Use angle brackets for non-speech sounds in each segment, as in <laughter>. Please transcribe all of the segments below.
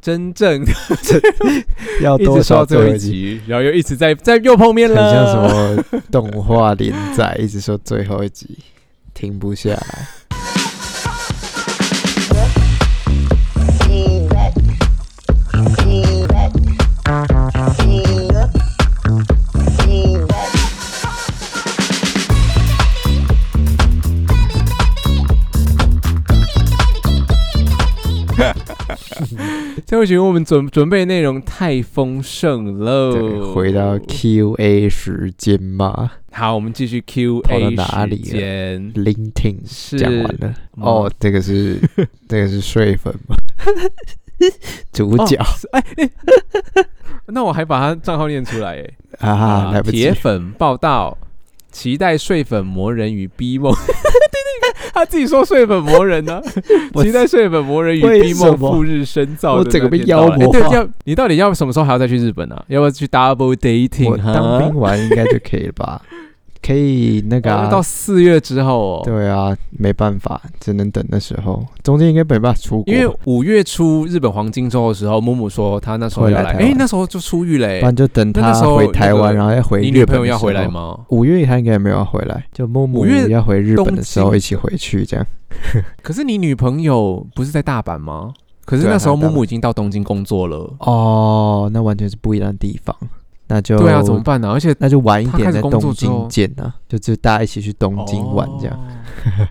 真正 <laughs> 要一多直少刷最后最后一一集？集，然后又一直在在又碰面很了，像什么动画连载，一直说最后一集，停不下来。 Feedback. Feedback. Feedback. Feedback. 最后一集我们准准备的内容太丰盛对，了，回到 Q&A 时间嘛好，我们继续 Q 跑到 A 哪里时了间，LinkedIn 是讲完了。嗯哦，这 <laughs> 个是这个是睡粉吗？主角、是哎、哎那我还把他账号念出来哎、啊，来不及铁，粉报道，期待睡粉魔人与 B 梦。 <laughs> 对对对，他自己说睡粉魔人呢、 <laughs> 我期待睡粉魔人与为 B 什梦么赴日深造的那天到来。我整个被妖魔哎化对，要你到底要什么时候还要再去日本啊？要不要去 double dating？我哈当兵完应该就可以了吧？可以那个、哦啊那到四月之后哦，对啊，没办法，只能等那时候。中间应该没办法出国，因为五月初日本黄金周的时候，木木说他那时候会要来来，台哎、湾那时候就出狱嘞、不然就等那那他时候回台湾，那个然后要回你日女朋本友的要时回来候？吗？五月他应该没有要回来，就木木五月要回日本的时东候京一起回去这样。可是你女朋友不是在大阪吗？可是对啊那时候她木在大阪木已经到东京工作了，哦，那完全是不一样的地方。那就对啊，怎么办呢、而且那就晚一他开始点在工作东之后京见啊，就就大家一起去东京玩这样。哦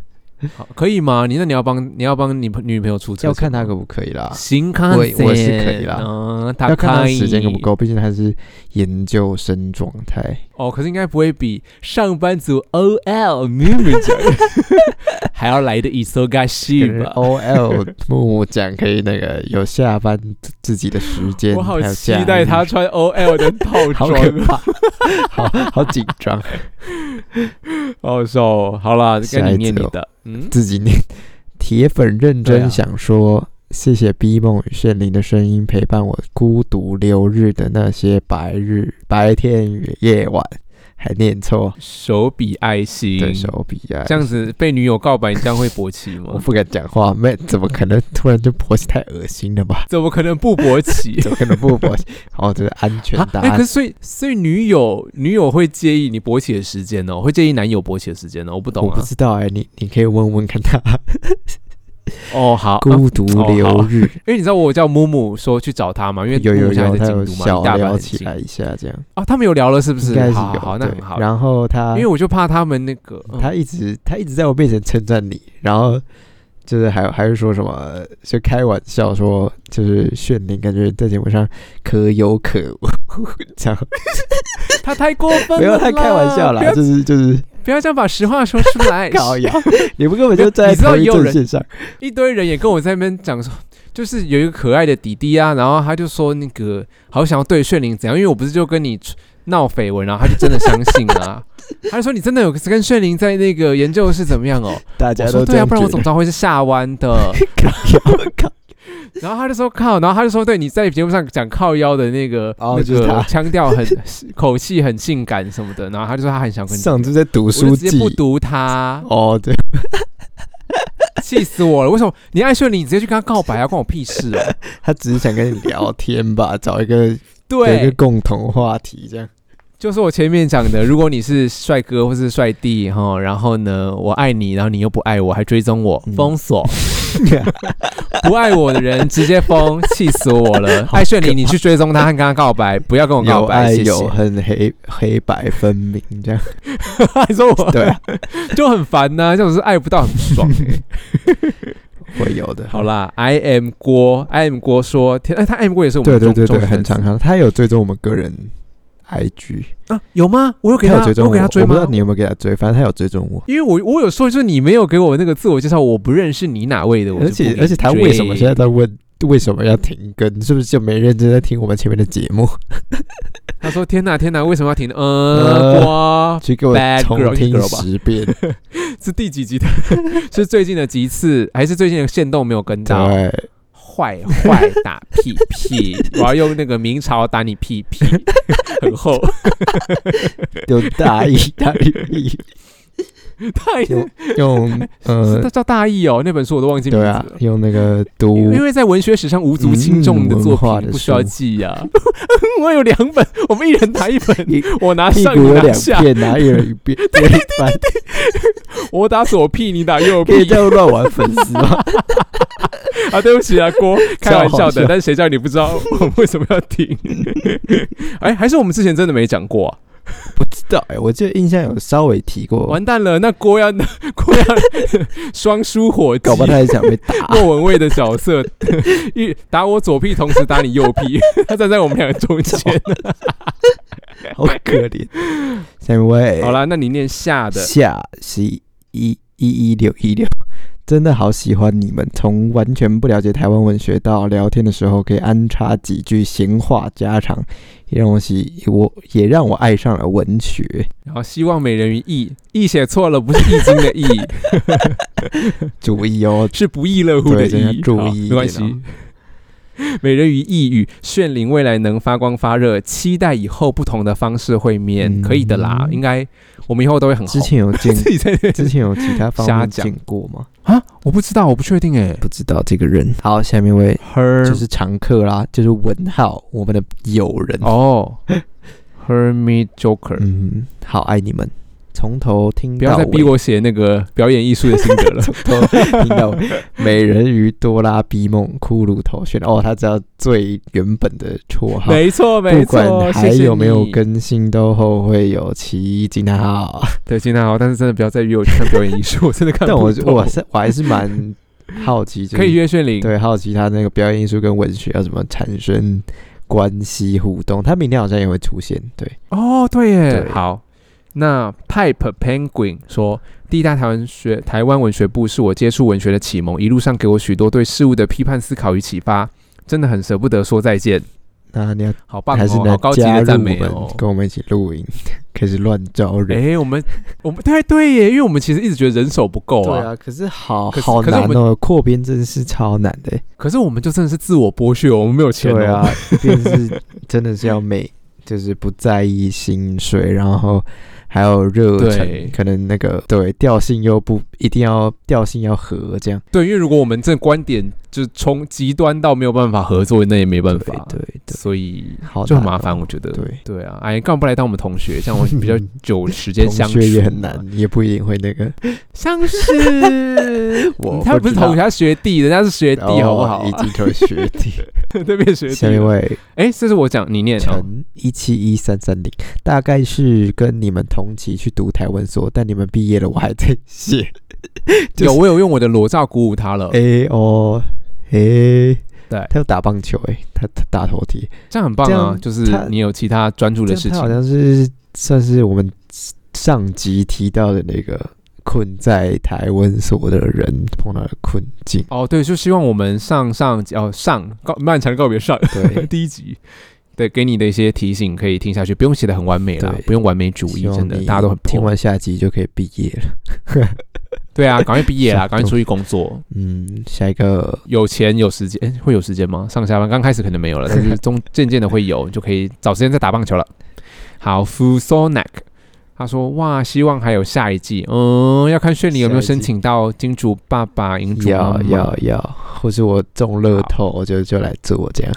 好，可以吗？你那你要帮你要帮你女朋友出车，要看他可不可以啦，行，看我我是可以啦嗯，要看他可的以时间够不够，毕竟他是研究生状态。哦。可是应该不会比上班族 OL 妹妹 <laughs> 讲还要来的 i s o g a s 可 h 能 <laughs> 吧？ O L 木木讲可以 <laughs> 那个有下班自自己的时间，我好还有期假日待他，穿 OL 的套 <laughs> 好装可怕，好好紧张，哦，是哦，好啦，下该你一念则你哦的，嗯，自己念。铁粉认对啊真想说，谢谢 B 梦与炫灵的声音陪伴我孤独流日的那些白日、白天与夜晚，还念错，手比爱心，对手比啊，嗯这样子被女友告白，你这样会勃起 <laughs> 我吗？不敢讲话，妹怎么可能突然就勃起？太恶心了吧？ <laughs> 怎么可能不勃起？怎么可能不勃起？哦，这是安全啊答哎、案可是所以所以女友女友会介意你勃起的时间哦，会介意男友勃起的时间哦，我不懂我不啊。知道哎、你你可以问问 <laughs> 看他。哦，好，啊孤独流日，因为你知道我叫木木说去找他嘛，因为有木有木现在有，在他京有都嘛，小离大阪聊很起近来一下，这样啊，他们有聊了是不是？应该是好好有好，那对很好。然后他因为我就怕他们那个，嗯他一直他一直在我面前称赞你，然后就是还还是说什么就开玩笑说就是炫灵，感觉在节目上可有可无，这样他太过分了啦，没有他开玩笑不啦， <laughs> 要就是就是。不要这样把实话说出来 <laughs> 搞笑，你们根本没就有在你知道同一也有阵人线上，一堆人也跟我在那边讲说，就是有一个可爱的弟弟啊，然后他就说那个好想要对炫灵怎样，因为我不是就跟你闹绯闻，然后他就真的相信啊， <laughs> 他就说你真的有跟炫灵在那个研究室怎么样哦？大我家说都这对啊，样不然我怎觉 <laughs> 么得。知道会是下弯 <laughs> 的？靠腰靠然后他就说靠，然后他就说对你在节目上讲靠腰的那个、哦那就是他个腔调 <laughs> 很口气很性感什么的，然后他就说他很想跟你，上次在读我书就直接记不读 <laughs> 他。哦，对，气死我了！为什么你爱炫灵，你直接去跟他告白啊，关我屁事哦、他只是想跟你聊天吧，找一 <laughs> 个有一对个，共同话题这样。就是我前面讲的，如果你是帅哥或是帅弟哈，然后呢，我爱你，然后你又不爱我，还追踪我嗯，封 <laughs> 锁，不爱我的人直接封，气死我 <laughs> 了！爱炫你，你去追踪他和跟他告白，不要跟我告有白，爱谢谢。有恨，黑黑白分明这 <laughs> 样。 <laughs> 还说我对啊， <laughs> 就很烦呐、这种是爱不到很 <laughs> 爽、欸。会有的。好，啦，I am 郭，I am 郭说，天，哎，他 I am 郭也是我们对的对对忠对，很常看到。他有追踪我们个人 IG，啊，有吗？我有给他他，有追踪我有给他追我不知吗道？你有没有给他追，反正他有追踪我。因为我我有说，就是你没有给我那个自我介绍，我不认识你哪位的，我就而且不而且他追为什么现在在问为什么要停更？是不是就没认真在听我们前面的节目？他说天哪天哪，为什么要停？呃呃，哇，去给我 Bad 重 girl，听 girl 吧十 <laughs> 遍。是第几集的？ <laughs> 是最近的几次，还是最近的限动没有跟到？对，坏坏打屁 <laughs> 屁，我要用那个明朝打你屁屁， <laughs> 很厚。 <laughs> 有大意大意。大意用用呃 <laughs> 是，叫大意哦，那本书我都忘记名字对啊了，。用那个因读为因为在文学史上无足轻重的嗯作文化品的不需要书记呀、 <laughs> 我有两本，我们一人拿一本你，我拿屁上股你有拿两下，片，哪有一 <laughs> 边？对对对对，我打左屁，你打右可以屁这样乱玩粉丝吗？ <laughs> <laughs> 啊！对不起啊，郭，开玩笑超好的笑，但是谁叫你不知道我们为什么要听？ <laughs> 哎，还是我们之前真的没讲过啊！不知道哎，我记得印象有稍微提过，完蛋了，那郭要 <laughs> 郭要双输火鸡搞，不 <laughs> 好他也想被打。莫文蔚的角色， <laughs> 一打我左屁，同时打你右屁， <laughs> 他站在我们两个中间。好可怜。下一 <laughs> 位，好，啦，那你念下的，下是一一一六一六，真的好喜欢你们，从完全不了解台湾文学到聊天的时候可以安插几句闲话家常，也让我喜我也让我爱上了文学。然后希望美人鱼易易写错了，不是易经的易，注意哦，是不亦乐乎的对真的易。注好意一没关点啊系。美人鱼一语，炫灵未来能发光发热，期待以后不同的方式会面，嗯可以的啦，应该我们以后都会很之红。前有 <laughs> 见，自己在那边之前有其他方瞎面讲见过吗？啊，我不知道，我不确定哎。不欸知道这个人。好，下面一位 Her 就是常客啦，就是文浩，我们的友人。 <laughs> 哦，Hermit Joker，嗯，好爱你们，从头听不到要尾。再逼我写那个表演艺术的心得 <laughs> 了。 <laughs> 都听到美人鱼、多拉、比梦、骷髅头选哦，他知道最原本的绰号。没错，没不错，管还谢谢有没有你更新，都后会有期。惊 <laughs> 叹号！对金叹号，但是真的不要再约我去看表演艺术，我真的看不但我懂我是我还是蛮好奇，就是可以约炫灵，对好奇他那个表演艺术跟文学要怎么产生关系互动。他明天好像也会出现，对，哦，对耶，对好。那 Pipe Penguin 说，第一代台湾学台湾文学部是我接触文学的启蒙，一路上给我许多对事物的批判思考与启发，真的很舍不得说再见。那你要、好棒还是哦，你好要高级加的入我赞美们，哦。跟我们一起录影，开始乱招人。哎、我们我们 <laughs> 对对耶，因为我们其实一直觉得人手不够对啊，啊，可是好可是好可是我难们哦，扩编真的是超难的欸、可是我们就真的是自我剥削，我们没有钱、哦。对啊，一定是真的是 <laughs> 要每就是不在意薪水，然后还有热对忱，可能那个对调性又不一定要调性要合这样。对，因为如果我们这观点就是从极端到没有办法合作，那也没办对法。对对，所以好就很难麻哦烦，我觉得。对，对啊，哎，干嘛不来当我们同学？这样我 <laughs> 比较久时间同相处学也很嘛难。，也不一定会 <laughs> 那个。像是 <laughs> 我嗯他不不是知同道学，他学弟，人家是学弟，好不好哦已啊？经成为学 <laughs> 弟。对面学下弟一了。位哎，这是我讲，你念哦。陈一七一三三零，大概是跟你们同期去读台文所，但你们毕业了，我还在写。就有，是我有用我的裸照鼓舞他了，哎哦，哎，对他要打棒球哎、他他打头题，这样很棒这啊！样就是他你有其他专注这的样事他情好，像是算是我们上集提到的那个困在台湾所的人碰到的困境，哦，对，就希望我们上上哦上告漫长的告别上 <laughs> 对，第一集，对，给你的一些提醒可以听下去，不用写的很完美啦对，不用完美 <laughs> 主义，希望真的你大家都很听破。完下集就可以毕业了。 <laughs> 对啊，赶快毕业啦，上赶快出去工作，嗯，下一个有钱有时间、诶会有时间吗？上下班刚开始可能没有了，但是中渐渐的会有，你就可以找时间再打棒球了。好 f u s o n a k 他说：“哇，希望还有下一季，嗯，要看炫你有没有下一季申请到金主爸爸、银主妈要妈。要要，或是我中乐透，我就就来做这样。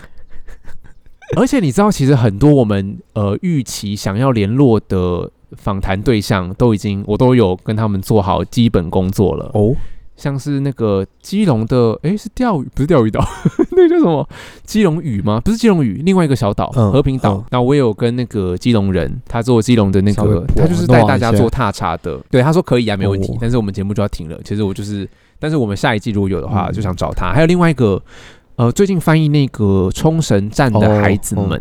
而且你知道，其实很多我们呃预期想要联络的访谈对象，都已经我都有跟他们做好基本工作了。哦，像是那个基隆的，诶，是钓鱼，不是钓鱼岛， <laughs> 那个叫什么？基隆屿吗？不是基隆屿，另外一个小岛，嗯和平岛嗯。那、我也有跟那个基隆人，他做基隆的那稍微个，他就是弄带一大家下做踏查的。对，他说可以啊，没问题。哦但是我们节目就要停了。其实我就是，但是我们下一季如果有的话，嗯就想找他。还有另外一个，呃，最近翻译那个冲绳站的哦孩子们。哦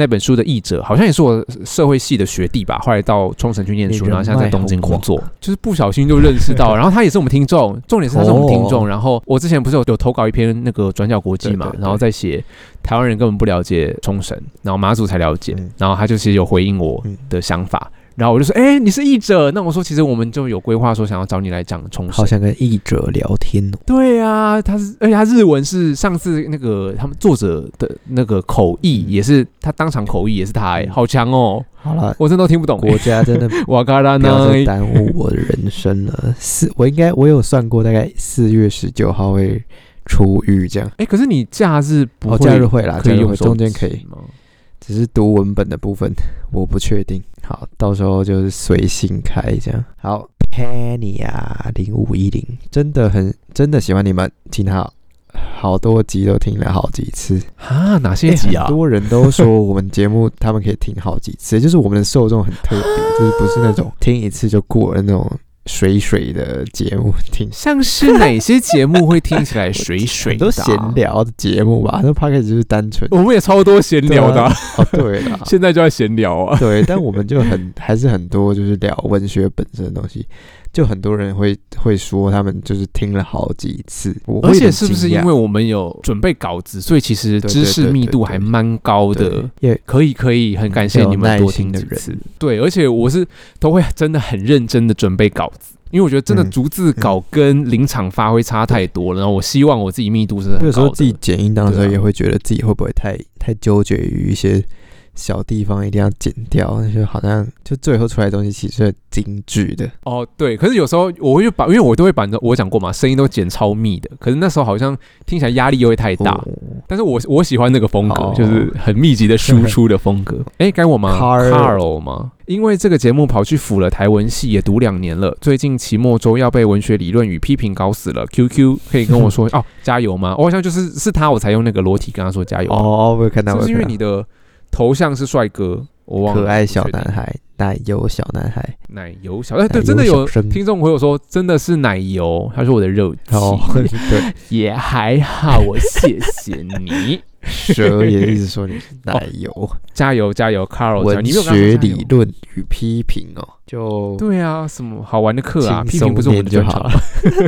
那本书的译者好像也是我社会系的学弟吧，后来到冲绳去念书，你人然后现在在脉东京好工广作，就是不小心就认识 <laughs> 到，然后他也是我们听众，重点是他是我们听众。然后我之前不是有有投稿一篇那个转角国际嘛，哦对对对然后再写台湾人根本不了解冲绳，然后马祖才了解，嗯然后他就其实有回应我嗯的想法。然后我就说，哎、你是译者，那我说其实我们就有规划说想要找你来讲重好生。想跟译者聊天哦。对啊，他是，而且他日文是上次那个他们作者的那个口译，也是他当场口译，也是他、哎，好强哦，嗯好了，我真的都听不懂、哎国家真的 <laughs> 瓦嘎拉不要呢？再耽误我的人生了。四，我应该我有算过，大概四月十九号会出狱这样。哎、可是你假日不哦，会假日会啦，可假以日用会手中间指可以，吗？只是读文本的部分我不确定。好，到时候就是随性开这样。好，Penny 啊，零五一零，真的很真的喜欢你们，听好。好多集都听了好几次，啊，哪些欸集啊？很多人都说我们节目他们可以听好几次，就是我们的受众很特别，就是不是那种听一次就过了那种水水的节目听。像是哪些节目会听起来水水的、都啊？闲，聊的节目吧，那 p o d c a s 就是单 <laughs> 纯我们也超多闲聊的啊、哦，对 <laughs> 啦，现在就要闲聊 <laughs> 啊。对，但我们就很还是很多就是聊文学本身的东西，就很多人会会说他们就是听了好几次，我而会且很是不惊是因讶为我们有准备稿子，所以其实对知识对密对度对还蛮高的对？也可以，可以，很感谢有你们耐多心听的几人次。对，而且我是都会真的很认真的准备稿子，因为我觉得真的嗯逐字稿跟临场发挥差太多了。然后我希望我自己密度是很高的。有时候自己剪音档的时候对啊也会觉得自己会不会太太纠结于一些小地方一定要剪掉，那就好像就最后出来的东西其实很精致的，哦，对，可是有时候我会把，因为我都会把我讲过嘛，声音都剪超密的，可是那时候好像听起来压力又会太大。哦但是我我喜欢那个风格，哦就是很密集的输出的风 <laughs> 格。哎，该我吗 Carl ？Carl 吗？因为这个节目跑去辅了台文系，也读两年了。最近期末周要被文学理论与批评搞死了。QQ 可以跟我说 <laughs> 哦，加油吗？我好像就是是他，我才用那个裸体跟他说加油。哦，我有看到，是不我是有因为看你的头像是帅哥？我到忘了。可爱小不确定男孩，奶油小男孩，奶油小，哎，对，奶油真的有小生听众朋友说，真的是奶油，他说我的肉体、哦， <laughs> 对，也还好，我谢谢 <laughs> 你，蛇也一直说你是奶哦油。加油加油，Carl，加油文你没有跟他说学加油理论与批评哦，就对啊，什么好玩的课啊？批轻评不是松我们练的就专好长了。。 <laughs>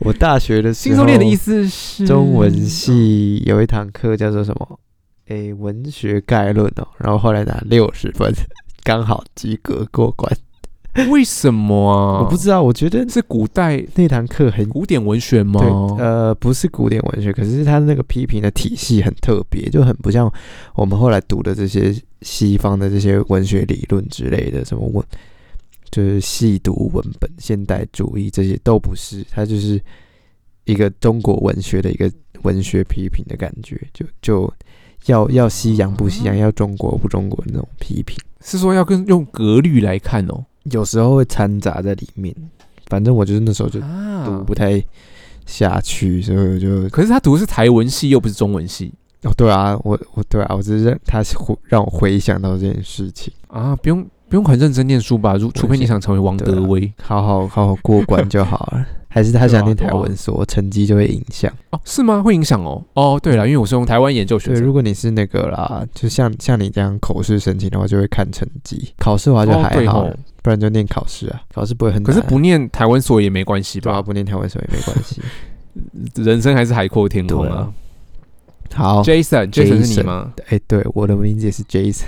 我大学的时候，轻松练的意思是中文系有一堂课叫做什么？诶，文学概论哦，然后后来拿六十分，刚好及格过关。为什么啊？我不知道，我觉得是古代那堂课很古典文学吗？对，呃，不是古典文学，可是它那个批评的体系很特别，就很不像我们后来读的这些西方的这些文学理论之类的，什么文就是细读文本、现代主义这些都不是，它就是一个中国文学的一个文学批评的感觉，就就要要西洋不西洋，要中国不中国的那种批评，是说要跟用格律来看哦。有时候会掺杂在里面。反正我就是那时候就读啊，不太下去，所以我就可是他读的是台文系，又不是中文系哦，对啊，我我对啊，我只是让他是回让我回想到这件事情，啊，不用不用很认真念书吧？如除非你想成为王对啊德威。好好好好过关就好了。 <laughs> 还是对他啊想念对台啊文所，成绩就会影响。哦，是吗？会影响哦。哦，对了，因为我是用台湾研究学对，生，如果你是那个啦，就像像你这样口试申请的话，就会看成绩。考试的话就哦还对好，吼不然就念考试啊，考试不会很可难。是不念台湾所也没关系对啊，吧？不念台文所也没关 <laughs> 系。人生还是海阔天空对啊啊。好， Jason，Jason 是你啊 Jason 吗？哎、对，我的名字也是 Jason，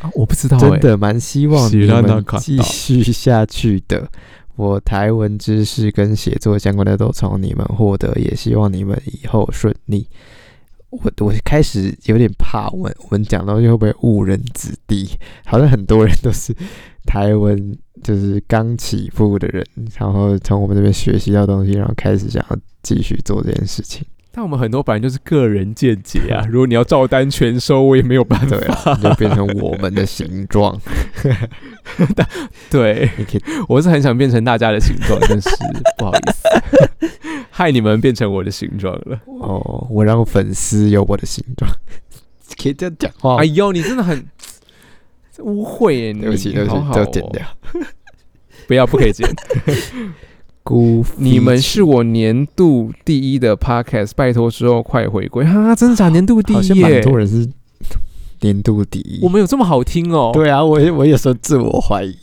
啊，我不知道真哎。的蛮希望喜你拉纳们卡达继续下去的。我台文知识跟写作相关的都从你们获得，也希望你们以后顺利。我我开始有点怕，我们我们讲到西会不会误人子弟？好像很多人都是台文，就是刚起步的人，然后从我们这边学习到东西，然后开始想要继续做这件事情。但我们很多本来就是个人见解 <laughs> 啊，如果你要照单全收，我也没有办法对。啊，你就变成我们的形状。对，你可以我是很想变成大家的形状，但 <laughs> 是不好意思，害你们变成我的形状了。哦，我让粉丝有我的形状， <laughs> 可以这样讲话吗哎呦，你真的很这污秽耶！你哦对不起，对不好好起，哦都剪掉。不要，不可以剪。孤，你们是我年度第一的 podcast，拜托之后快回归哈！真的假的年度第好一像耶蛮？多人是年度第一我。们有这么好听哦？， <laughs> 对啊，我也我有时候自我怀疑，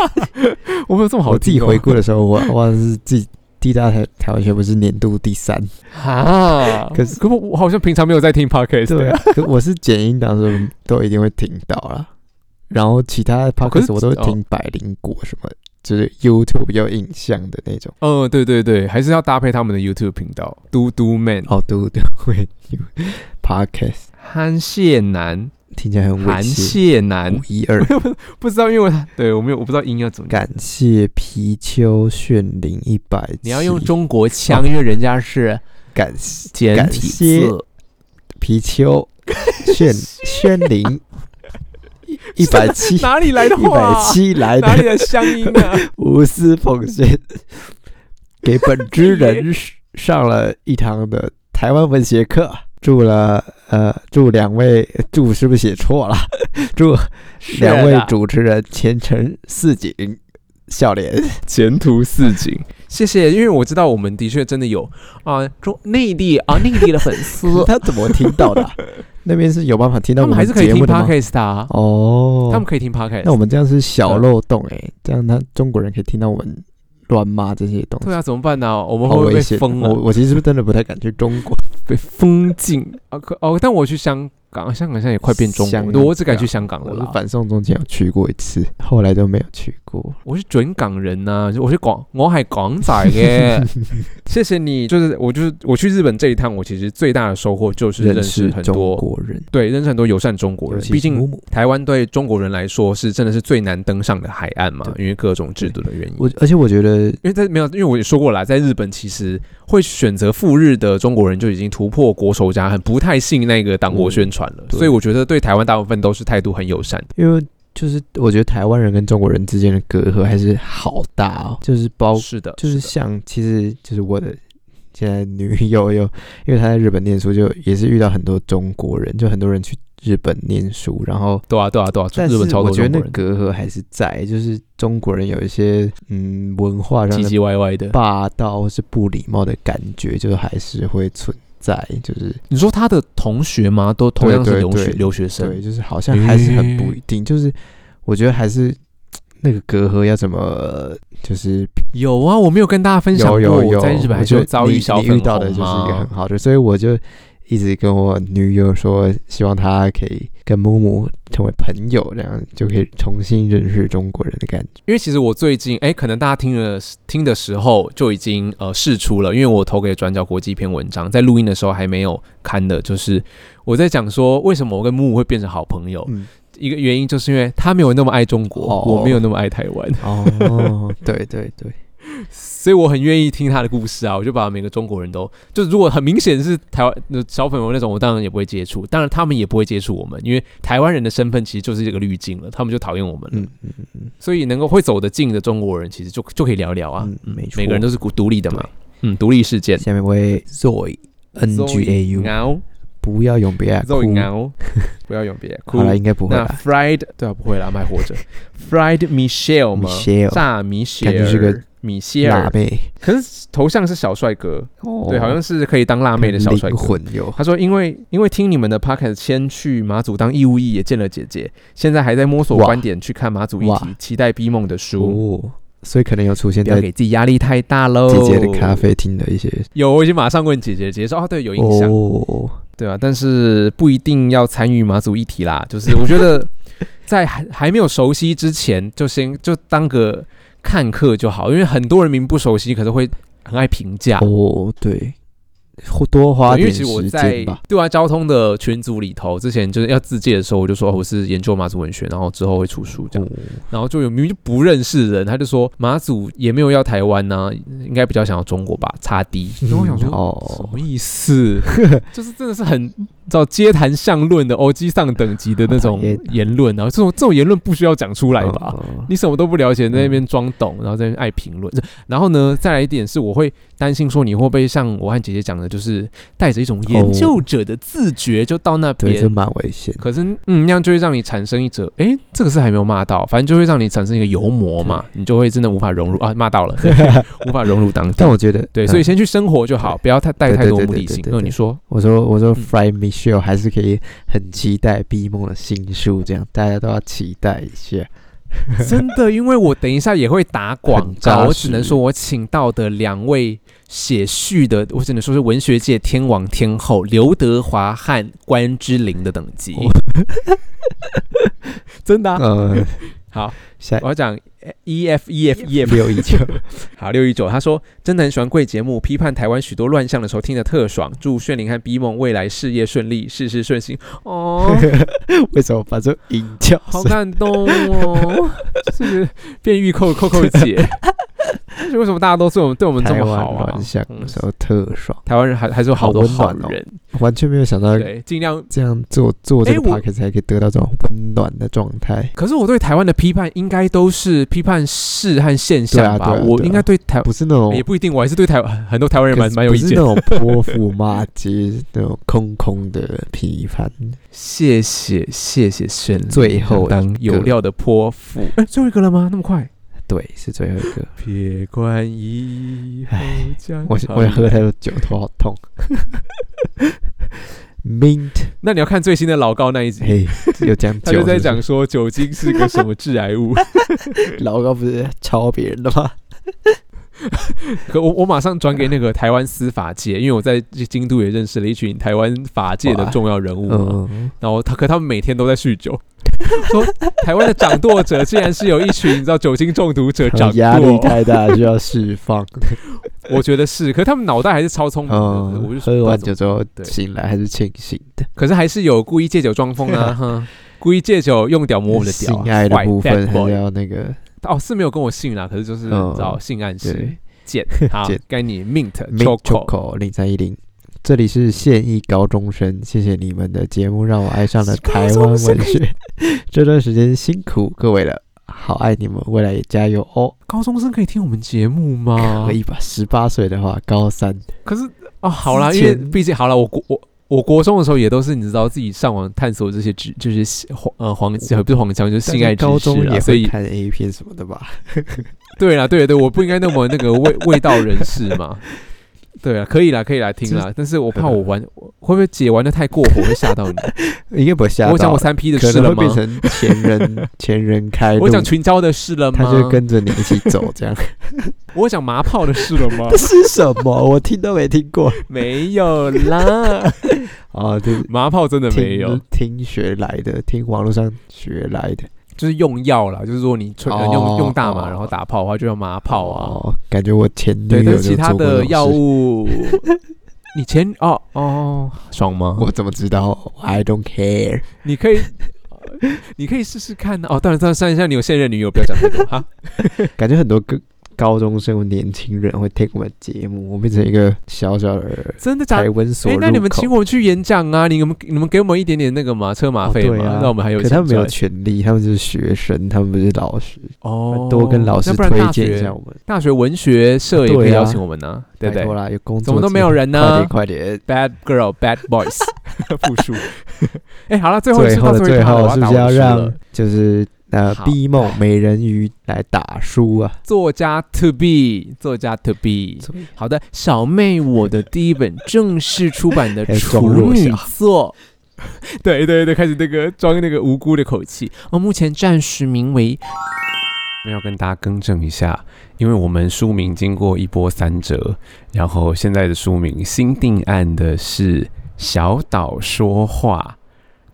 <laughs> 我们有这么好我自听己哦？回顾的时候，我我好像是自己第一大台台湾学不是年度 <laughs> 第三，哈，可是啊可我我好像平常没有在听 podcast，对啊，可我是剪音档的时候都一定会听到啦。然后其他 p o 哦可 d c 是 a 我都会哦听百灵果什么，就是 YouTube 有影像的那种。嗯，对对对，还是要搭配他们的 YouTube 频道。嘟嘟 man，哦，对对对，Podcast 韩谢男，听起来很猥韩亵。谢男五，一二，不知道因为他对我没有，我不知道音要怎么讲。感谢皮丘炫灵一百。你要用中国腔，因为人家是感谢简体字。皮丘 <laughs> 炫炫灵一百七，哪里来的一话百啊？七来哪里的的乡音啊？无私奉献，给本知人上了一堂的台湾文学课。祝了呃，祝两位祝是不是写错了？祝两位啊主持人前程似锦，笑脸。，前途似锦。谢谢，因为我知道我们的确真的有啊，中内地啊内地的粉丝他怎么听到 <laughs> 的啊、 <laughs> 那边是有办法听到他我们还是可以节听目的吗？ podcast 啊，哦，他们可以听 podcast。那我们这样是小漏洞哎、这样他中国人可以听到我们乱骂这些东西，对啊，怎么办呢、我们好会不会危被险。哦封我啊？我其实真的不太敢去中国，被封禁啊？可哦，但我去香港，香港现在也快变中香国 <laughs> 了，我只敢港啊去香港了我是啦。反送中前有去过一次，后来都没有去过。我是准港人呐、我是广，我还港仔 <laughs> 耶。谢谢你，就是我就是我去日本这一趟，我其实最大的收获就是认识识很中多，国人，对，认识很多友善中国尤人其。是毕竟母母台湾对中国人来说是真的是最难登上的海岸嘛，对因为各种制度的原因。我而且我觉得因为在没有，因为我也说过啦，在日本其实会选择赴日的中国人就已经突破国仇家恨，不太信那个党国宣传了，对所以我觉得对台湾大部分都是态度很友善的。因为就是我觉得台湾人跟中国人之间的隔阂还是好大哦，就是包是的，就是的像其实就是我的现在女友有，因为她在日本念书，就也是遇到很多中国人，就很多人去日本念书，然后对啊，对啊，对啊，但是日本超我多觉中得国那人，隔阂还是在，就是中国人有一些嗯文化上唧的唧歪歪的。霸道或是不礼貌的感觉，就还是会存在，就是你说他的同学吗？都同样是对对留学对留学生，对，就是好像还是很不一定，就是我觉得还是。那个隔阂要怎么？就是有啊，我没有跟大家分享有过，有有，我在日本还我是觉有得遭你遇小你粉红啊遇到的就是一个嘛很好的，所以我就一直跟我女友说，希望她可以跟木木成为朋友，这样就可以重新认识中国人的感觉。因为其实我最近，哎，可能大家听了听的时候就已经呃试出了，因为我投给转角国际一篇文章，在录音的时候还没有刊的，就是我在讲说为什么我跟木木会变成好朋友，嗯，一个原因就是因为他没有那么爱中国，哦我没有那么爱台湾， <laughs> 哦，对对对，所以我很愿意听他的故事啊，我就把每个中国人都，就如果很明显是台湾呃小粉红那种，我当然也不会接触，当然他们也不会接触我们，因为台湾人的身份其实就是这个滤镜了，他们就讨厌我们了。 <laughs> 嗯嗯嗯嗯，所以能够会走得近的中国人，其实就就可以聊聊啊。嗯没错每个人都是孤独立的嘛对。嗯，独立事件。下面一位 Zoe N G A U，牛，不要永别爱哭肉，牛， <laughs> 不要永别哭好。了，应该不会那吧？ fried 对啊，不会啦，我们还 <laughs> 活着。fried Michelle 吗？ Michelle 炸米歇感觉尔，是个米歇辣尔，妹，可是头像是小帅哥，哦对，好像是可以当辣妹的小帅灵哥。魂有他说：“因为因为听你们的 p o c k e t 先去马祖当义务役，也见了姐姐，现在还在摸索哇观点去看马祖议哇题，期待 B 梦的书，哦，所以可能有出现不要在给自哦己压力太大喽。”姐姐的咖啡厅的一些有，我已经马上问姐姐，姐姐说哦，对，有印象，哦，对啊，但是不一定要参与马祖议题啦。就是我觉得在还还没有熟悉之前，就先就当个看客就好，因为很多人明不熟悉，可是会很爱评价。哦，对，或多花对因为点其时实我在间吧。对外交通的群组里头，之前就是要自介的时候，我就说、哦我是研究马祖文学，然后之后会出书这样。哦然后就有明明就不认识人，他就说马祖也没有要台湾呐、应该比较想要中国吧，差低。然后我想说，嗯什哦，么意思？就是真的是很找街谈巷论的欧基上等级的那种好讨厌言论啊，这种这种言论不需要讲 <laughs> 出来吧？嗯？你什么都不了解，在那边装懂，然后在那边爱评论。然后呢，再来一点是，我会担心说你会不会像我和姐姐讲的，就是带着一种研究者的自觉就到那 <laughs> 对，边这。蛮危险的。可是，嗯，那样就会让你产生一种，诶，这个是还没有骂到，反正就会让你产生一个油膜嘛，你就会真的无法融入啊，骂到了，对 <laughs> 无法融入当地。 <laughs> 但我觉得，对，嗯所以先去生活就好，不要太带对太对多对目对的对性。对那对你 <laughs> 说，我说我说嗯，Fry Michelle 还是可以很期待 B 梦的新书，这样大家都要期待一下。真的，因为我等一下也会打广很扎告，实我只能说我请到的两位写序的，我只能说是文学界天王 <laughs> 天后刘德华和关之琳的等级。哦 <laughs> 真的、啊。哦呃， <laughs> 好，下我要讲 E F E F E F 六一九， <laughs> 好，六一九，他说真的很喜欢贵节目，批判台湾许多乱象的时候听得特爽。祝炫灵和 B 梦未来事业顺利，事事顺心。哦， <laughs> 为什么发出引叫好声？感动 <laughs> 哦，是变玉扣扣扣姐。是为什么大家都对我们对我们这台么湾好啊乱？象嗯的时候特爽，台湾人还还是有好多好好温暖哦人，完全没有想到对，尽量。这样做做这个哎我 podcast 还可以得到这种温暖的状态，可是我对台湾的批判应该都是批判事和现象吧？对啊对啊我对啊应该对台、不是那种也不一定，我还是对台湾很多台湾人蛮可是蛮有不意是见那。种泼妇骂街那种空空的批判，谢谢谢谢炫灵，最后当一个有料的泼妇。哎，最后一个了吗？那么快？对，是最后一个。撇关以后唉将我好我也喝来太多酒，头好痛。Mint， <laughs> 那你要看最新的老高那一集，嘿，有讲他酒是就不是，在讲说酒精是个什么致癌 <laughs> 物。老高不是抄别人的吗？可我我马上转给那个台湾司法界，因为我在京都也认识了一群台湾法界的重要人物嘛。嗯，然后他可他们每天都在酗 <laughs> 酒，说台湾的掌舵者竟然是有一群你知道酒精中毒者可掌能压力舵，<laughs> 太大需要释放。我觉得是，可他们脑袋还是超聪明的，我嗯，就说喝完不知道怎么酒之后对醒来还是清醒的。可是还是有故意借酒装疯 <laughs> 啊，哼，故意借酒用屌摸我们的性屌、啊，爱的坏部 bad 分还 boy 是要那个哦是没有跟我性啦，可是就是嗯找性暗示对。贱， <laughs> 好贱，该你 mint Mint choco， Choco 零三一零。这里是现役高中生，谢谢你们的节目，让我爱上了台湾文学。 <laughs> 这段时间辛苦各位了，好爱你们，未来也加油哦！高中生可以听我们节目吗可？以吧？十八岁的话，高三可是哦，好啦，之因为前毕竟好了，我国我。我国中的时候也都是你知道自己上网探索这些知，就是黄呃黄呃不是黄腔，就是性爱但知是高识中啦也所会以看 A 片什么的吧？对啦对对，我不应该那么那个味 <laughs> 味道人士嘛。对啊，可以啦可以来听啦，但是我怕我玩我会不会姐玩的太过火会吓到你？应该不 <laughs> 会吓到，我讲我三 P 的可事了能会吗变？成 <laughs> 前人前人开路，我讲群交的事了吗他？就跟着你一起走，这样 <laughs> 我讲麻炮的事了 <laughs> 吗这？是什么？我听都没听过没有 <laughs> 啦，啊！对，麻炮真的没有听，听学来的，听网络上学来的。就是用药啦，就是说你吹、呃哦用用大麻哦然后打炮的话，就叫麻炮啊。哦，感觉我前女对，友但就是其他做过这的种药事，物，你前哦哦爽吗？我怎么知道？I don't care。 <laughs> 你可以。你可以试试看呢、哦，当然，当然，算一下你有现任女友，不要讲太多哈。感觉很多个高中生、或年轻人会听我们节目，我变成一个小小的真的假台的？湾所哎、入口。那你们请我们去演讲啊？你们你们给我们一点点那个嘛车马哦费嘛，对啊让我们还有可他们没钱有赚权利，他们就是学生，他们不是老师，哦，多跟老师那不然推大荐学一下我们。大学文学社也啊对可以啊邀请我们呢、对不拜对托啦，有工作怎么都机没有会人快呢点，快点！ ？Bad girl, bad <laughs> boys，复数。哎、好了，最后一最次到后的最最后一后，趴了我是打不是要我的书让了就是呃好 B 梦美人鱼来打输 <laughs> 啊？作家 to be 作家 to be？好的，小妹，我的第一本正式出版的 <laughs> 还装处弱女小作。啊 <laughs> 对对对，开始那个装那个无辜的口气。哦，目前暂时名为……我要跟大家更正一下，因为我们书名经过一波三折，然后现在的书名新定案的是《小岛说话》，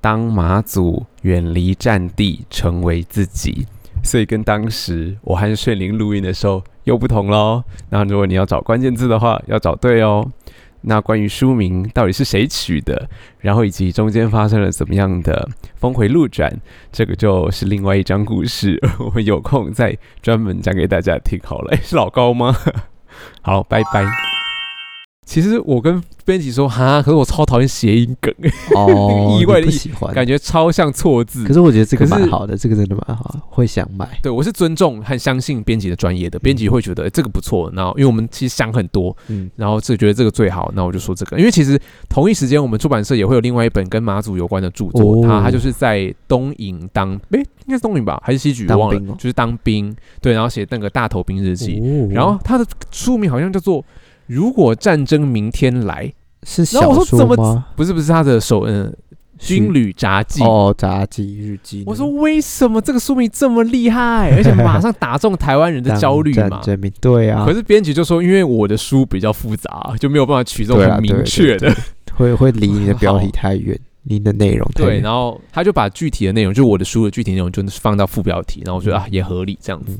当马祖远离战地，成为自己。所以跟当时我和炫灵录音的时候又不同喽。那如果你要找关键字的话，要找对哦。那关于书名到底是谁取的，然后以及中间发生了怎么样的峰回路转，这个就是另外一章故事， <laughs> 我们有空再专门讲给大家听好了。诶 <laughs> 是老高吗？好，拜拜。其实我跟编辑说，哈，可是我超讨厌谐音梗， <laughs> 哦，意外的你不意喜欢，感觉超像错字可。是我觉得这个可是蛮好的，这个真的蛮好，会想买。对，我是尊重和相信编辑的专业的，编辑会觉得、诶这个不错，然后因为我们其实想很多，嗯，然后自己觉得这个最好，那我就说这个，因为其实同一时间我们出版社也会有另外一本跟马祖有关的著作，哦他他就是在东营当，诶、应该是东营吧，还是西举，我当忘了兵哦，就是当兵，对，然后写那个大头兵日记，哦然后他的书名好像叫做《如果战争明天来》，是然后我小说怎说么吗？不是不是他的首嗯、军旅札记。哦，杂技日记呢。我说为什么这个书名这么厉害， <laughs> 而且马上打中台湾人的当焦虑战嘛？争民对啊可，是编辑就说，因为我的书比较复杂，就没有办法取这种对啊很对明对确的。会会离你的标题好太远。你的内容太对，然后他就把具体的内容，就是我的书的具体内容，就是放到副标题，然后嗯我觉得啊也合理这样子。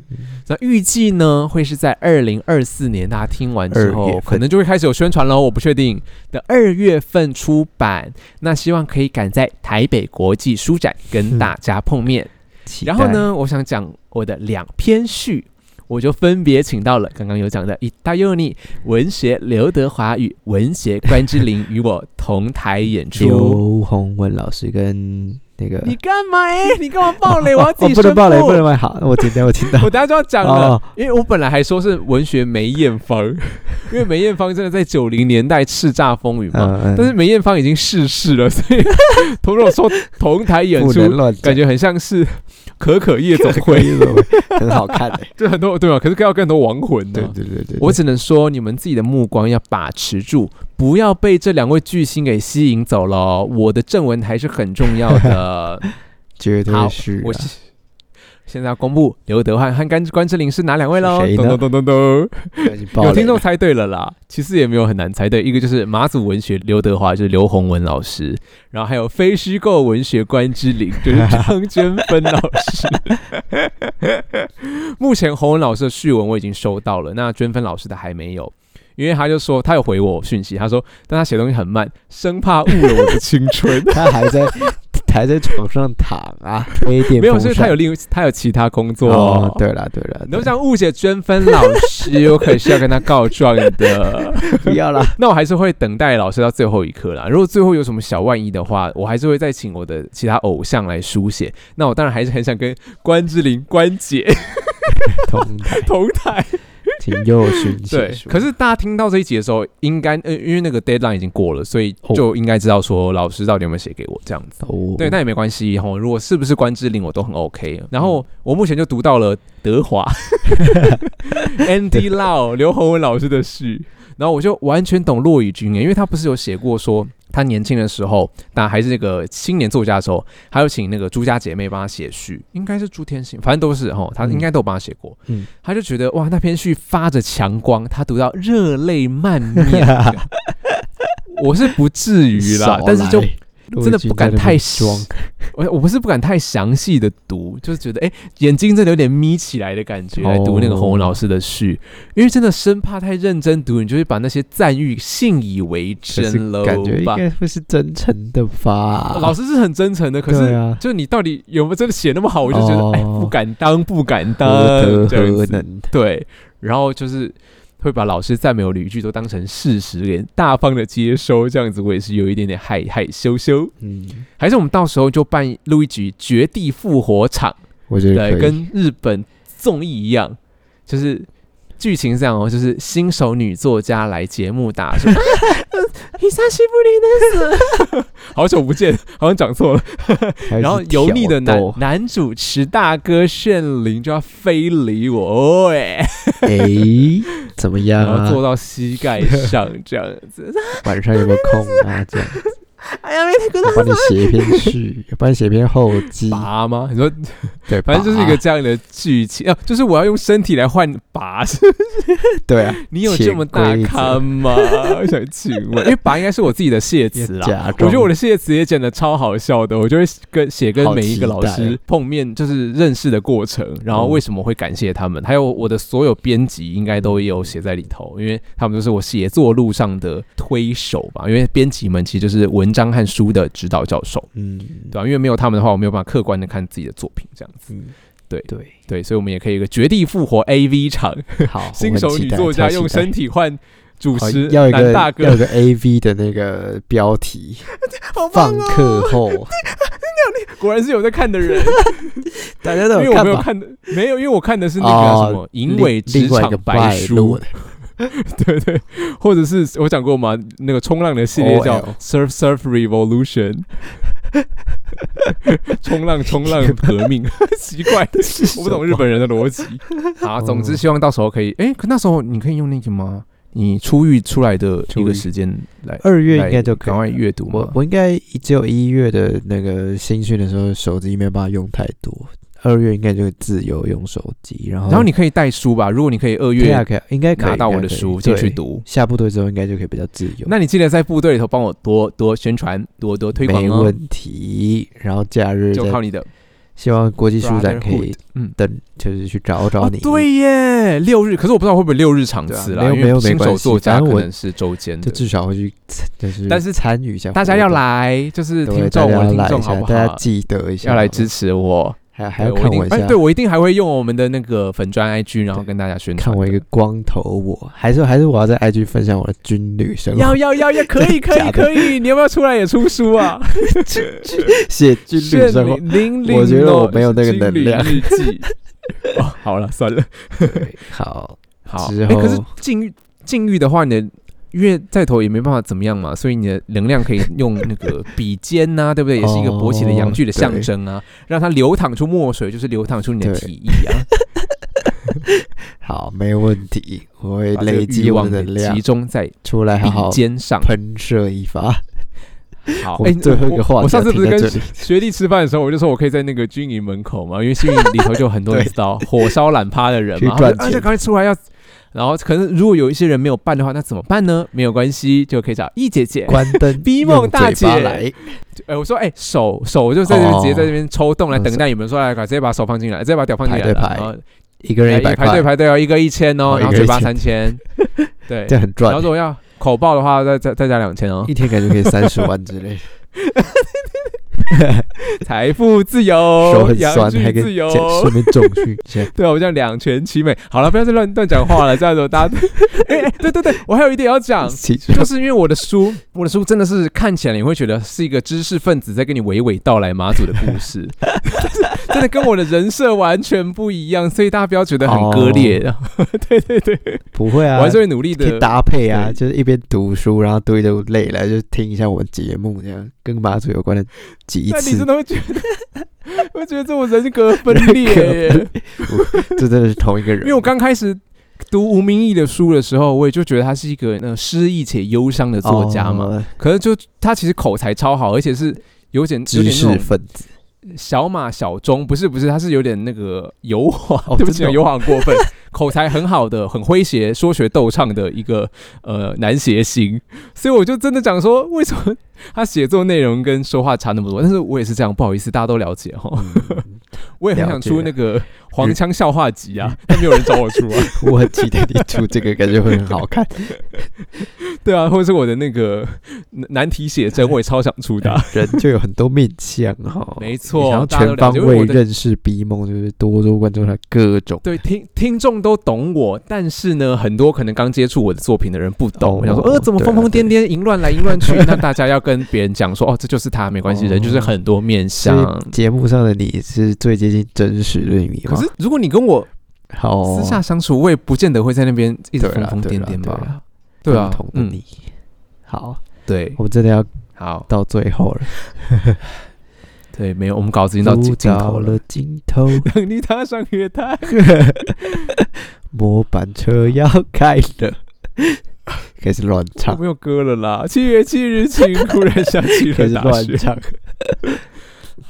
那预计呢会是在二零二四年，大家听完之二月后，份可能就会开始有宣传喽，哦我不确定的二月份出版。那希望可以赶在台北国际书展跟嗯大家碰面。期待然后？呢，我想讲我的两篇序，我就分别请到了刚刚有讲的伊大佑尼文学刘德华与文学关之琳与我同台演出。刘洪文老师跟那个你干嘛、 <laughs> 欸？你干嘛暴雷？我要自哦己不宣能布。爆雷，不能爆雷。好，那我听到，我听到 <laughs> 。我等下就要讲了，哦因为我本来还说是文学梅艳芳，因为梅艳芳真的在九零年代叱咤风云嘛。嗯，但是梅艳芳已经逝世了，所以 <laughs> 同种说同台演不能出，乱感觉觉很像是可可夜总会。很好 <laughs> 看的。就很多对吧？可是要更多亡魂呢、对对对对，我只能说，你们自己的目光要把持住，不要被这两位巨星给吸引走了哦。我的正文还是很重要 <laughs> 的。绝对好是啊我是现在要公布刘德汉和甘关之琳是哪两位喽？是谁咚呢咚咚咚咚，不小心爆有雷听众了。猜对了啦。其实也没有很难猜对，一个就是马祖文学刘德华，就是刘洪文老师，然后还有非虚构文学关之琳，就是张娟芬老师。 <laughs> 目前洪文老师的序文我已经收到了，那娟芬老师的还没有，因为他就说他有回我讯息，他说但他写东西很慢，生怕误了我的青春他还在还在床上躺啊，吹 <laughs> <laughs> 电没有，风是扇他有另他有其他工作。哦，对了对了，你都对这样误解娟芬老师，我可是要跟他告状的。 <laughs> 不要啦，那我还是会等待老师到最后一刻啦。如果最后有什么小万一的话，我还是会再请我的其他偶像来书写。那我当然还是很想跟关之琳、关姐同台，同台。请右寻对写，书可 <laughs> 是大家听到这一集的时候，应该呃，因为那个 deadline 已经过了，所以就应该知道说老师到底有没有写给我这样子。哦， <laughs> 对，那也没关系吼。如果是不是关之琳，我都很 OK。然嗯后我目前就读到了德 <laughs> 华、Andy Lau、刘洪文老师的事，然后我就完全懂骆以军耶，欸因为他不是有写过说他年轻的时候，但还是那个青年作家的时候，还有请那个朱家姐妹帮他写序，应该是朱天心，反正都是吼，他嗯应该都有帮他写过。嗯他就觉得哇，那篇序发着强光，他读到热泪漫面。 <laughs> 我是不至于啦少，但是就来陆真的军不敢在那太边装， <laughs> 我我不是不敢太详细的读，就是觉得哎、诶眼睛真的有点眯起来的感觉哦来读那个洪文老师的序，因为真的生怕太认真读，你就会把那些赞誉信以为可是真了感觉应吧？啊该会是真诚的吧？老师是很真诚的，可对是啊，就你到底有没有真的写那么好，我就觉得哦哎、不敢当，不敢当何，这德样何子能？对，然后就是。会把老师赞美我的语句都当成事实，给大方的接收，这样子我也是有一点点害害羞羞。嗯，还是我们到时候就办录一局《绝地复活场我觉》，得对，可以。跟日本综艺一样，就是剧情是这样哦，就是新手女作家来节目打 <laughs> 说，伊莎西布里的死， <laughs> 好久不见，好像讲错了。还然后是油腻的挑男逗男主持大哥炫灵就要非礼我，哎，哎，怎么样 <laughs> 然后坐啊？到膝盖上这样子，晚上有没有空啊？这样， <laughs> 哎呀，没听我帮你写一 <laughs> 篇序，我帮你写一篇后记，拔吗？你说对，反正就是一拔个这样的剧情啊，就是我要用身体来换拔，是对啊， <laughs> 你有这么大咖吗？ <laughs> 我想请问，因为拔应该是我自己的谢词啦。假我装觉得我的谢词也剪得超好笑的，我就会跟写跟每一个老好期待师哦碰面，就是认识的过程，然后为什么会感谢他们，嗯还有我的所有编辑应该都有写在里头，因为他们就是我写作路上的推手吧。因为编辑们其实就是文章和书的指导教授，嗯，对吧、因为没有他们的话，我没有办法客观的看自己的作品这样子。嗯对对，对，所以我们也可以有一个绝地复活 AV 场， <laughs> 好，我新很手期女待作超家期用待身体换主好持要一个男大要哥一，个 A V 的那个标 <laughs> 题，好棒放哦！课后， <laughs> 果然是有在看的 <laughs> 人，大家因都为有我看没有吧？看的，没有，因为我看的是那个什么《淫另尾职哦另外一场个白书》的，对对，或者是我讲过嘛，那个冲浪的系列叫 OL 《Surf Surf Revolution》，冲浪冲浪革命， <laughs> 奇怪， <laughs> 我不懂日本人的逻辑。好，哦总之希望到时候可以，哎，可那时候你可以用那个吗？你出狱出来的出一个狱时间来 <laughs> 二月来应该就可赶快以了。阅读嘛我。我应该只有一月的那个新训的时候，手机没有办法用太多，二月应该就自由用手机，然后然后你可以带书吧，如果你可以二可以啊月可以啊，应该可以拿到应该我的可以书进去对读，下部队之后应该就可以比较自由。那你记得在部队里头帮我多多宣传，多多推广没哦，问题。然后假日就再靠你的希望国际书展可以 brotherhood，嗯。等，就是去找找哦，你。对耶，六日，可是我不知道会不会六日场次啦，对啊因没有为没有没新手关系作家反正可我能是周间就的，至少会去，就是但是参与一下，大家要，来，就是对听大众，家我要的听来众一好下，不大家好？记得一下，要来好吗支持我，还还要对看一我定哎一下，对，我一定还会用我们的那个粉砖 IG，然后对跟大家宣传的。看我一个光头我，还是还是我要在 IG 分享我的军旅生要活，要要要，可以可假以的可以，你要不要出来也出书啊？ <laughs> 写军旅生活，零零，我觉得我没有那个能量日记。哦，好了，算了，对 <laughs> 好，好。之哎可是后禁欲禁欲的话，你的因为在头也没办法怎么样嘛，所以你的能量可以用那个笔尖呐、哦对不对？也是一个勃起的阳具的象征啊，让它流淌出墨水，就是流淌出你的对体液啊，好，没问题，我会 <laughs> 把这个累欲积我望的能量集中在出来，好笔好尖上。喷射一发。好，我哎、们最后一个话我题我上要次停不是在跟这里 <laughs> 学弟吃饭的时候，我就说我可以在那个军营门口嘛，因为军营里头就有很多对你知道火烧懒趴的人去嘛，他们赚就啊，钱就赶快出来要。然后可能如果有一些人没有办的话，那怎么办呢？没有关系，就可以找易姐姐。关灯， <laughs> 逼梦用大嘴巴姐来，哎，我说哎，手手就在这边哦直接在这边抽动来嗯等待你们说来，赶快直接把手放进来，直接把屌放进来排队了，排然后一个人哎一百排队块，排队哦，一个一千哦哦，然后一个嘴一巴千三千， <laughs> 对这，样很然后赚如，果要口爆的话，再再再加两千哦 <laughs> 一，天感觉可以三十万之 <laughs> 类。财富自由，手很阳酸，具还可自以由这样顺便重训一 <laughs> 下。对啊，我这样两全其美。好了，不要再乱乱讲话了，这样子大 <laughs> 家。哎、哎对对对，我还有一点要讲， <laughs> 其实就是因为我的书，我的书真的是看起来你会觉得是一个知识分子在跟你娓娓道来马祖的故事， <laughs> 真的跟我的人设完全不一样，所以大家不要觉得很割裂。 <laughs> 对对哦对，不会啊，我还是会努力可以的。搭配啊，对就是一边读书，然后读一读累了就听一下我们节目，这样跟马祖有关的几但你次真，的会觉得，我觉得这 <laughs> 种 <laughs> 人格分裂人耶格。这真的是同一个人。因为我刚开始读吴明义的书的时候，我也就觉得他是一个呃失意且忧伤的作家嘛。哦，可是就他其实口才超好，而且是有点有知点那识种分 <laughs> 子，小马小中，不是不是，他是有点那个油滑， <laughs> 哦对不起，真的哦油滑很过分，口才很好的，很诙谐，说学逗唱的一个呃男谐星，所以我就真的讲说，为什么他写作内容跟说话差那么多？但是我也是这样，不好意思，大家都了解哈，嗯 <laughs> 我也很了想解出那个黄腔笑话集 <laughs> 啊，但没有人找我出啊，我很期待你出这个，感觉会很好 <laughs> 看。对啊，或者是我的那个难难题写真，我也超想出的 <laughs> 啊、人就有很多面相哦哈，没错然后大家都全了方解因为位我的认识逼梦，就是多多关注他各种。对，听听众都懂我，但是呢，很多可能刚接触我的作品的人不懂。哦我想说，呃，怎么对啊疯疯癫癫、淫乱来淫乱去？那大家要跟别人讲说，哦，这就是他，没关系，哦人就是很 <laughs> 多面所相。以节目上的你是最接近真实的你可吗？是啊如果你跟我好私下相处，我也不见得会在那边一直对疯啦疯对癫啦癫对吧啦？对啊不同，的嗯，你。哦好，对，我们真的要好，到最后了，对，没有，我们稿子已经到撸尽尽头了了。尽头， <laughs> 等 <laughs> 你踏上月台，末班车要开了，开始乱我 <laughs> 唱，没有歌了啦。七月七日晴，忽然下起开了始大乱雪， <laughs> 唱。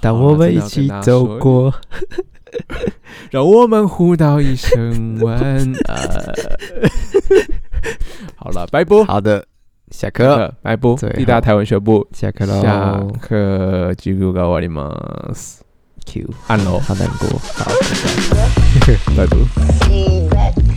当好了我们真的一要跟起大家走说过，让我们互道一声晚安。 <laughs> 好了，拜不，好的，下课，呃拜不，最后地大台湾学部下课下喽。课就告終わります。 Q，按喽，好难过，好。拜 <laughs> 拜拜不。 Cool rock.